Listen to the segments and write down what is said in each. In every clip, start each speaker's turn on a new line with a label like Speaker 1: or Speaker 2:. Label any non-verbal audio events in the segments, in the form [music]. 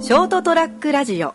Speaker 1: ショートトラックラジオ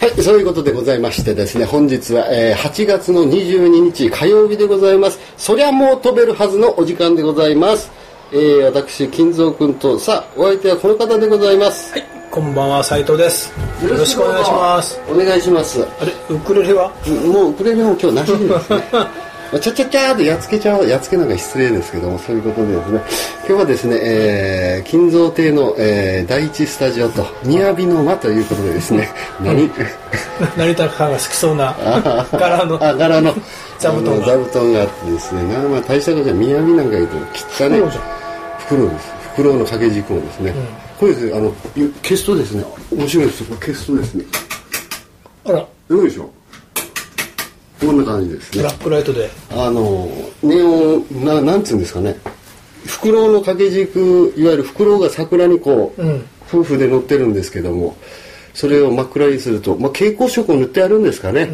Speaker 2: はい、そういうことでございましてですね、本日は、えー8月の22日火曜日でございます。そりゃもう飛べるはずのお時間でございます。えー、私、金蔵君と、さあ、お相手はこの方でございます。
Speaker 3: はい、こんばんは斉藤です。よろしくお願いします。。
Speaker 2: お願いします。
Speaker 3: あれウクレレは？ [laughs]
Speaker 2: うもう、ウクレレも今日なしですね。まあちゃちゃちゃーでやっつけちゃう、やっつけなんか失礼ですけども、そういうことでですね、今日はですね、えー、金蔵亭の、えー、第一スタジオと、雅の間ということでですね、何
Speaker 3: 成田さんが好きそうな [laughs] 柄の。
Speaker 2: あ柄の
Speaker 3: 座布団が
Speaker 2: あの座布団があってですねなまあ大したことじゃ宮城なんか言うと汚ね
Speaker 3: フクロウじゃん
Speaker 2: フクロウですフクロウの掛け軸をですね、これですねあのゆ消すとですね面白いですよこれ消すとですね
Speaker 3: あら
Speaker 2: よいしょこんな感じです
Speaker 3: ブ
Speaker 2: ね
Speaker 3: ラックライトで。
Speaker 2: あのネオンななんつうんですかねフクロウの掛け軸いわゆるフクロウが桜にこう、
Speaker 3: うん
Speaker 2: 夫婦で乗ってるんですけどもそれを真っ暗にすると、まあ、蛍光色を塗ってあるんですかね、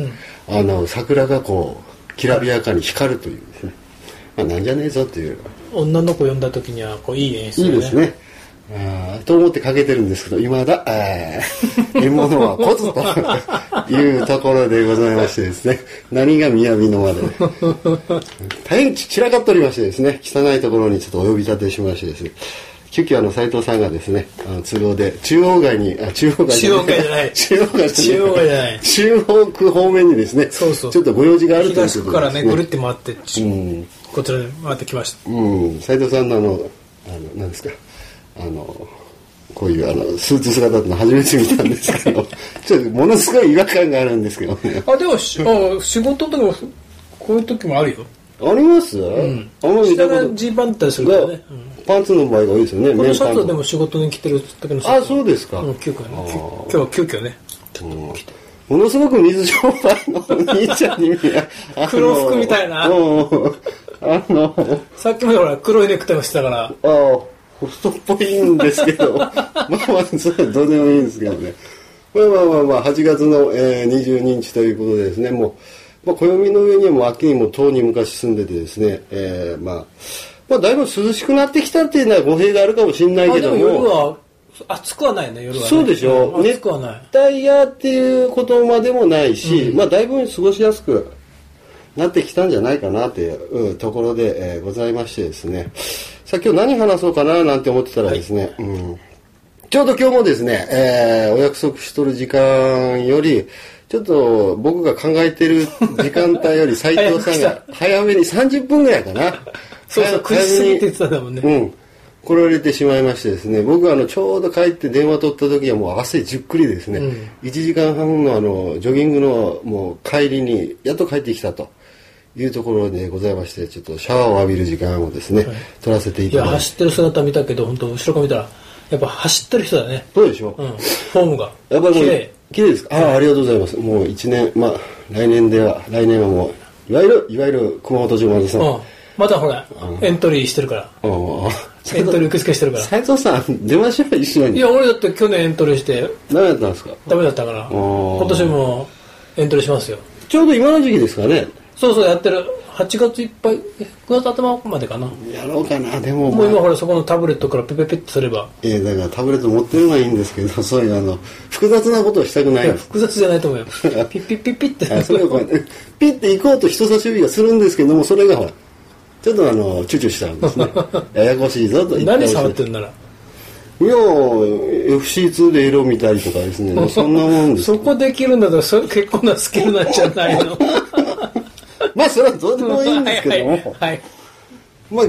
Speaker 2: あの桜がこうきらびやかに光るというですね、まあ、なんじゃねえぞという
Speaker 3: 女の子呼んだ時にはこういい演出
Speaker 2: い
Speaker 3: ね。
Speaker 2: いです。ねあーと思ってかけてるんですけどいまだえ
Speaker 3: [laughs]
Speaker 2: ー獲物はコツというところでございましてですね何が雅のまで大変散らかっておりましてですね汚いところにちょっとお呼び立てしましてですね急遽あの斉藤さんがですねあの都合で中央街にあ中央街
Speaker 3: 中
Speaker 2: 中央街じゃ
Speaker 3: 中央街じゃない
Speaker 2: 中央区方面にですね
Speaker 3: そうそう。
Speaker 2: ちょっとご用事があるという
Speaker 3: 東
Speaker 2: こと
Speaker 3: 区か
Speaker 2: で
Speaker 3: ら
Speaker 2: です
Speaker 3: ね
Speaker 2: ね
Speaker 3: ぐるって回ってち
Speaker 2: うん
Speaker 3: こちらに回ってきました。
Speaker 2: うん、斉藤さんのあの、あの、なんですか、あの、こういうあの、スーツ姿っての初めて見たんですけど、 [laughs] ちょっとものすごい違和感があるんですけどね。
Speaker 3: あでもしあ仕事の時もこういう時 [laughs] もあるよ。
Speaker 2: あります、あんまり見た
Speaker 3: 下
Speaker 2: こ
Speaker 3: が
Speaker 2: と
Speaker 3: ジーパンだったりするから
Speaker 2: が、
Speaker 3: ね。うん
Speaker 2: パンツの場合が多いですよね、
Speaker 3: この
Speaker 2: 綿
Speaker 3: シ
Speaker 2: パン
Speaker 3: ャツでも
Speaker 2: の。
Speaker 3: 仕事に着てる時のシャ
Speaker 2: あ、
Speaker 3: ツ。
Speaker 2: そうですか。
Speaker 3: うん急遽ね。き今日は急遽ね。
Speaker 2: ものすごく水商売のお兄ちゃんに見えあの
Speaker 3: 黒服みたいな
Speaker 2: うんあの、
Speaker 3: さっきまでほら黒いネクタイをしてたから。
Speaker 2: ああ、ホストっぽいんですけ
Speaker 3: [laughs]
Speaker 2: ど、まあまあ、それはどうでもいいんですけどね。まあまあまあまあ、8月の、えー、22日ということでですね、もう、まあ、暦の上にも秋にもとうに昔住んでてですね、えー、まあ、まあ、だいぶ涼しくなってきたっていうのは語弊があるかもしれない
Speaker 3: あ
Speaker 2: け
Speaker 3: で
Speaker 2: ど
Speaker 3: も
Speaker 2: も、
Speaker 3: 夜は暑くはないね夜はね
Speaker 2: そうでしょ、
Speaker 3: うん
Speaker 2: ね
Speaker 3: 暑くはない、
Speaker 2: 熱帯夜っていうことまでもないし、まあだいぶ過ごしやすくなってきたんじゃないかなっていううんところで、えーございましてですねさあ今日何話そうかななんて思ってたらですね、うんちょうど今日もですね、えーお約束しとる時間よりちょっと僕が考えてる時間帯より斉藤さ
Speaker 3: [laughs]
Speaker 2: んが早めに30分ぐらいかな
Speaker 3: そうそう9
Speaker 2: 早め
Speaker 3: 時
Speaker 2: に
Speaker 3: 過ぎって言ってたんだもんね、
Speaker 2: うん、来られてしまいましてですね僕はあのちょうど帰って電話取った時はもう汗じっくりですね、1時間半のあのジョギングのもう帰りにやっと帰ってきたというところでございましてちょっとシャワーを浴びる時間をですね、取らせてい
Speaker 3: い
Speaker 2: た
Speaker 3: や
Speaker 2: だいて
Speaker 3: 走ってる姿見たけど本当後ろから見たらやっぱ走ってる人だね
Speaker 2: どうでしょう、
Speaker 3: うんフォームが
Speaker 2: やっぱりも
Speaker 3: 綺
Speaker 2: う
Speaker 3: 麗
Speaker 2: 綺麗ですかああありがとうございますもう1年まあ来年では来年はもういわゆるいわゆる熊本城丸さん、
Speaker 3: うんまたほらエントリーしてるから
Speaker 2: ああ
Speaker 3: エントリー受付してるから
Speaker 2: 斉藤さん出ましょう一緒
Speaker 3: い
Speaker 2: に
Speaker 3: や俺だって去年エントリーして
Speaker 2: 何やったんですか
Speaker 3: ダメだったから
Speaker 2: ー
Speaker 3: 今年もエントリーしますよ
Speaker 2: ちょうど今の時期ですかね
Speaker 3: そうそうやってる8月いっぱい9月頭までかなも
Speaker 2: やろうかなでも、ま
Speaker 3: う今
Speaker 2: あ、
Speaker 3: ほらそこのタブレットからペペペってすれば
Speaker 2: えーだからタブレット持ってるのはいいんですけ [laughs] どそういうあの複雑なことをしたくないいん
Speaker 3: や
Speaker 2: [laughs] です
Speaker 3: 複雑じゃないと思うよピッピッピッピッって
Speaker 2: あそれをこうピッて行こうと人差し指がするんですけどもそれがほらちょっとあのチュチュしちゃうんです [laughs] ねややこしいぞと言って
Speaker 3: 何触っ
Speaker 2: る
Speaker 3: てんなら
Speaker 2: いや FC2 で色見たりとかですねもう [laughs] そんなもんです
Speaker 3: そこできるんだったらそれ [laughs] 結構なスキルなんじゃないの
Speaker 2: まあそれはどうでもいいんですけども
Speaker 3: [laughs] はいはい
Speaker 2: まあ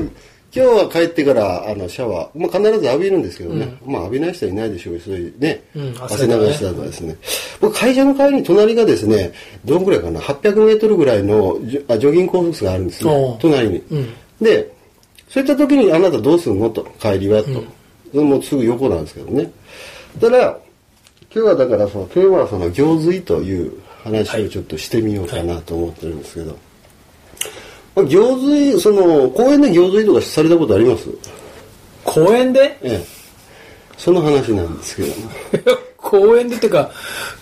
Speaker 2: 今日は帰ってからあのシャワー、まあ、必ず浴びるんですけどね、まあ浴びない人はいないでしょうしそういうね、
Speaker 3: うん
Speaker 2: 汗
Speaker 3: 汗
Speaker 2: 流
Speaker 3: だね
Speaker 2: した後はですね僕会社の帰りに隣がですねどんぐらいかな800メートルぐらいのジョあジョギングコースがあるんです
Speaker 3: お
Speaker 2: ね
Speaker 3: う
Speaker 2: 隣に、
Speaker 3: うん
Speaker 2: でそういった時に「あなたどうするの?」と帰りはと、もうすぐ横なんですけどねたら今日はだからそのテーマはその行水という話をちょっとしてみようかなと思ってるんですけど、あ行水、その、公園で行水とかされたことあります
Speaker 3: 公園で [laughs]
Speaker 2: ええ。その話なんですけども。
Speaker 3: 公園でってか、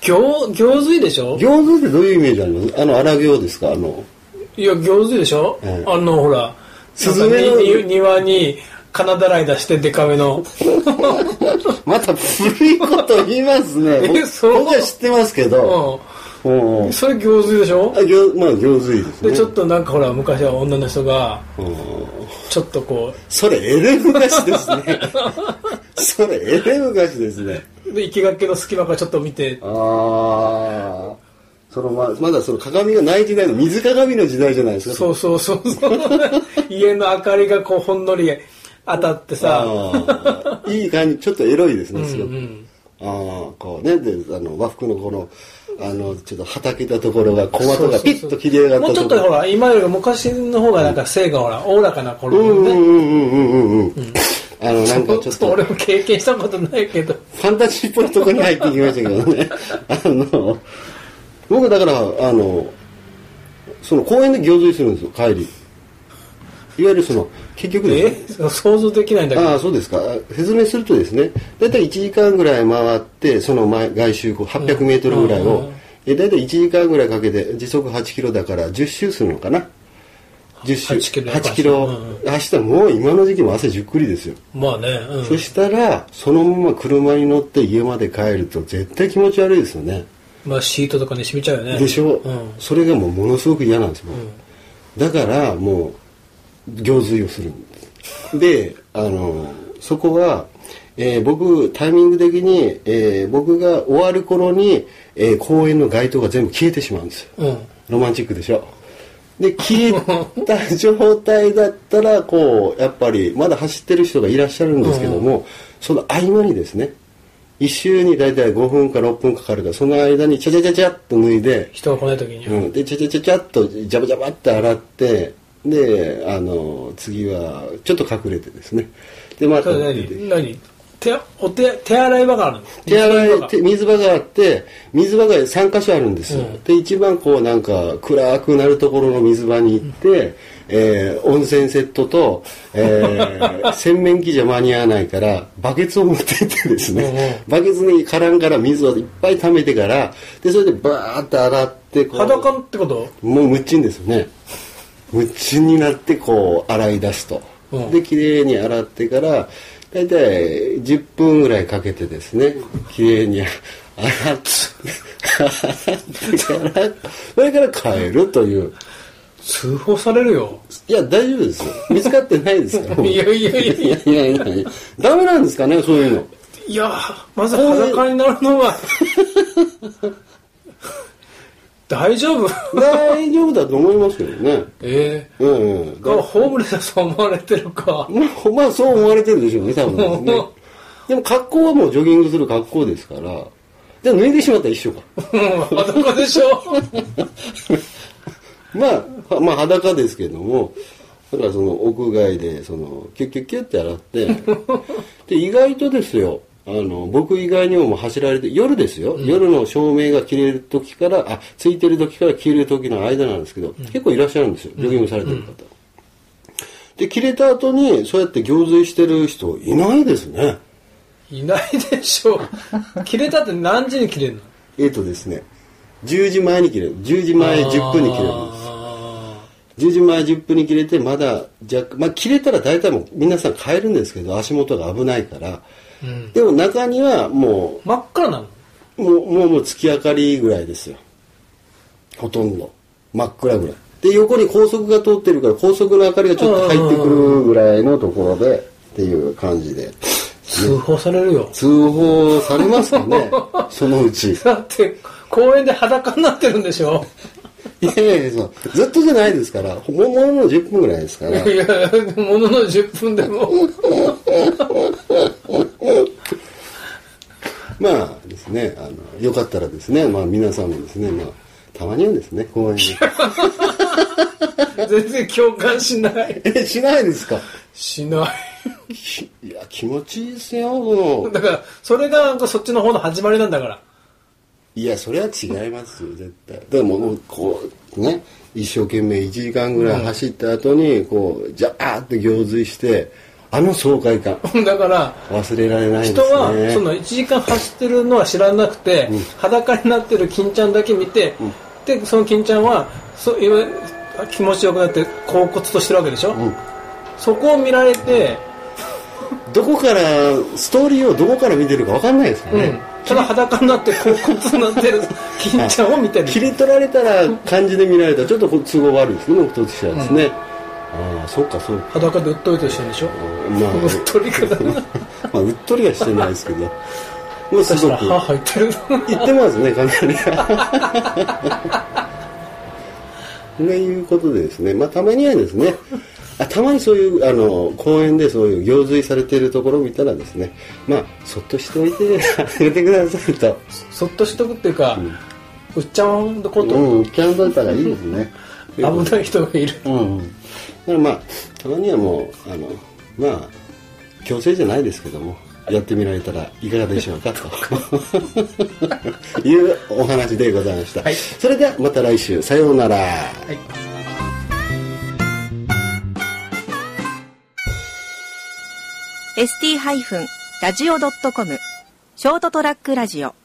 Speaker 3: 行、行水でしょ
Speaker 2: 行水ってどういうイメージありますあの、荒行ですかあの、
Speaker 3: いや、行水でしょ、
Speaker 2: ええ
Speaker 3: あの、ほら、
Speaker 2: スズメの
Speaker 3: なんかにに庭に金だらい出してデカめの。
Speaker 2: また古いこと言いますね
Speaker 3: [laughs] え。
Speaker 2: 僕
Speaker 3: そう
Speaker 2: 僕は知ってますけど。うんう
Speaker 3: うんん。それ行水でしょ
Speaker 2: あ行まあ、行水ですね。
Speaker 3: で、ちょっとなんかほら、昔は女の人が、
Speaker 2: うん
Speaker 3: ちょっとこ
Speaker 2: それ、エレ昔
Speaker 3: [laughs]
Speaker 2: ですね。それ、エレ昔ですね。
Speaker 3: う、で、生垣の隙間からちょっと見て、
Speaker 2: ああ。そのま、まだその鏡がない時代の水鏡の時代じゃないですか。
Speaker 3: そうそうそうそう。 [laughs] 家の明かりがこう、ほんのり当たってさ、
Speaker 2: あーいい感じ、ちょっとエロいですね、
Speaker 3: う
Speaker 2: す
Speaker 3: んう
Speaker 2: ごく。
Speaker 3: ん。
Speaker 2: ああ、こうね、で、あの、和服のこの、あの、ちょっとはたけたところが、小股がピッと切り上がった
Speaker 3: もうちょっとほら、今より昔の方がなんか性がほら、おおらかな頃
Speaker 2: うんう
Speaker 3: ね。
Speaker 2: んうんうんうんうん。あの、なんかちょっと、
Speaker 3: 俺も経験したことないけど。
Speaker 2: ファンタジーっぽいとこに入ってきましたけどね。あの、僕だから、あの、その公園で行水するんですよ、帰り。いわゆるその、結局ですね
Speaker 3: え想像できないんだけど。
Speaker 2: ああ、そうですか。説明するとですね、だいたい1時間ぐらい回って、その前外周こう800メートルぐらい
Speaker 3: うんうんう
Speaker 2: を
Speaker 3: ん、
Speaker 2: えだいたい1時間ぐらいかけて、時速8キロだから10周するのかな。10周。
Speaker 3: 8キロ
Speaker 2: 8キロ
Speaker 3: うん
Speaker 2: 走ったらもう今の時期も汗じっくりですよ。
Speaker 3: まあね、うん。
Speaker 2: そしたら、そのまま車に乗って家まで帰ると絶対気持ち悪いですよね。
Speaker 3: まあシートとかに染みちゃうよね。
Speaker 2: でしょ、
Speaker 3: うん。
Speaker 2: それがもうものすごく嫌なんですよ、だからもう行水をするんですであのそこは、えー僕タイミング的に、えー僕が終わる頃に、えー公園の街灯が全部消えてしまうんですよ
Speaker 3: うん。
Speaker 2: ロマンチックでしょで消えた状態だった [laughs] らこうやっぱりまだ走ってる人がいらっしゃるんですけども、その合間にですね一周に大体5分か6分かかるからその間にちゃちゃちゃちゃっと脱いで、
Speaker 3: 人が来ない時に。
Speaker 2: うん、でちゃちゃちゃちゃっとジャバジャバって洗ってであの次はちょっと隠れてですねでま
Speaker 3: た
Speaker 2: た
Speaker 3: だ
Speaker 2: 出て
Speaker 3: 何何手、お手、手洗い場があるの
Speaker 2: 手洗い
Speaker 3: 手
Speaker 2: 手水場があって水場が3箇所あるんですよ、
Speaker 3: うん
Speaker 2: で一番こうなんか暗くなるところの水場に行って、えー温泉セットと、え [laughs] ー洗面器じゃ間に合わないからバケツを持って行ってですね、バケツに絡んから水をいっぱい溜めてからでそれでバーって洗ってこう
Speaker 3: 裸ってこと
Speaker 2: もうムッチンですよねムッチンになってこう洗い出すと、
Speaker 3: うん
Speaker 2: で綺麗に洗ってから大体10分ぐらいかけてですね綺麗に洗って洗ってからそれから帰るという
Speaker 3: 通報されるよ。
Speaker 2: いや大丈夫ですよ見つかってないですから
Speaker 3: [laughs] いやいやいやいや。
Speaker 2: いやいやいやダメなんですかねそういうの
Speaker 3: いや、まず裸になるの [laughs] は。大丈 [laughs] 夫
Speaker 2: 大丈夫だと思いますけどね
Speaker 3: え
Speaker 2: うんうん
Speaker 3: えホームレスだと思われてるか。
Speaker 2: まあ、 [laughs] まあそう思われてるでしょうね、多分ですね。 [laughs] でも格好はもうジョギングする格好ですから、じゃあ脱いでしまったら一緒か。
Speaker 3: うん、裸でしょ
Speaker 2: まあ、はまあ裸ですけども、だからその屋外で、その、キュッキュッキュッって洗って、 [laughs] で、意外とですよ、あの、僕以外にももう走られて、夜ですよ、夜の照明が切れる時から、あ、ついてる時から消える時の間なんですけど、結構いらっしゃるんですよ、ジョギングされてる方。で、切れた後に、そうやって行水してる人いないですね。
Speaker 3: いないでしょう。切れたって何時に切れるの
Speaker 2: えっとですね、10時前に切れる。10時前10分に切れるんです。
Speaker 3: あ
Speaker 2: 10時前10分に切れて、まだ若干、まあ切れたら大体もう皆さん帰るんですけど、足元が危ないから。
Speaker 3: ーうん
Speaker 2: でも中にはも
Speaker 3: 真っ暗なの
Speaker 2: う、もう、もうもう月明かりぐらいですよ。ほとんど。真っ暗ぐらい。で、横に高速が通ってるから、高速の明かりがちょっと入ってくるぐらいのところで、っていう感じで。
Speaker 3: 通報されるよ。
Speaker 2: 通報されますかねそのうち。
Speaker 3: だって、公園で裸になってるんでしょ
Speaker 2: いやいやいやそうずっとじゃないですから、ほももの10分ぐらいですか
Speaker 3: い
Speaker 2: ら。
Speaker 3: [laughs] や、ものの10分でも。
Speaker 2: まあですね、あの、よかったらですね、まあ皆さんもですね、まあ、たまにはですね、公
Speaker 3: [laughs]
Speaker 2: 園に。
Speaker 3: 全然共感しない。
Speaker 2: え、しないですか
Speaker 3: しない
Speaker 2: いや、気持ちいいですよ、も
Speaker 3: い。
Speaker 2: う
Speaker 3: だから、それがなんかそっちの方の始まりなんだから。
Speaker 2: いや、それは違いますよ、絶対。でも、もうこう、ね、一生懸命1時間ぐらい走った後に、こう、ジャーって行水して、あの爽快感、
Speaker 3: だから
Speaker 2: 忘れられないですね。
Speaker 3: 人はその1時間走ってるのは知らなくて、裸になってる金ちゃんだけ見て、でその金ちゃんはそういわゆる気持ちよくなって恍惚としてるわけでしょ、
Speaker 2: ん
Speaker 3: そこを見られて、
Speaker 2: どこから、ストーリーをどこから見てるか分かんないですから
Speaker 3: うん
Speaker 2: ね。
Speaker 3: ただ裸になって恍惚となってる金ちゃんを見てる
Speaker 2: [laughs] 切り取られたら漢字で見られたらちょっとこう都合悪いですね僕としてはですね、ああそっかそうか
Speaker 3: 裸でうっとりとしてるでしょ
Speaker 2: まあ
Speaker 3: うっとりかな
Speaker 2: まあうっとりはしてないですけどもうす
Speaker 3: そ
Speaker 2: ご
Speaker 3: したら
Speaker 2: く
Speaker 3: 歯入ってる
Speaker 2: 言ってますねかなり [laughs] ということでですねまあたまにはですねあたまにそういうあの公園でそういう行水されているところを見たらですねまあそっとしておいてあげてくださいと
Speaker 3: そっとしとくっていうか、うっちゃんのこ
Speaker 2: うんキャンドルたらいいですね
Speaker 3: と危ない人がいる
Speaker 2: うん、だからまあたまにはもうあのまあ強制じゃないですけどもやってみられたらいかがでしょうか
Speaker 3: [laughs]
Speaker 2: というお話でございました、
Speaker 3: はい
Speaker 2: それではまた来週さようなら、
Speaker 3: はい
Speaker 1: ー ST-radio.com ショートトラックラジオ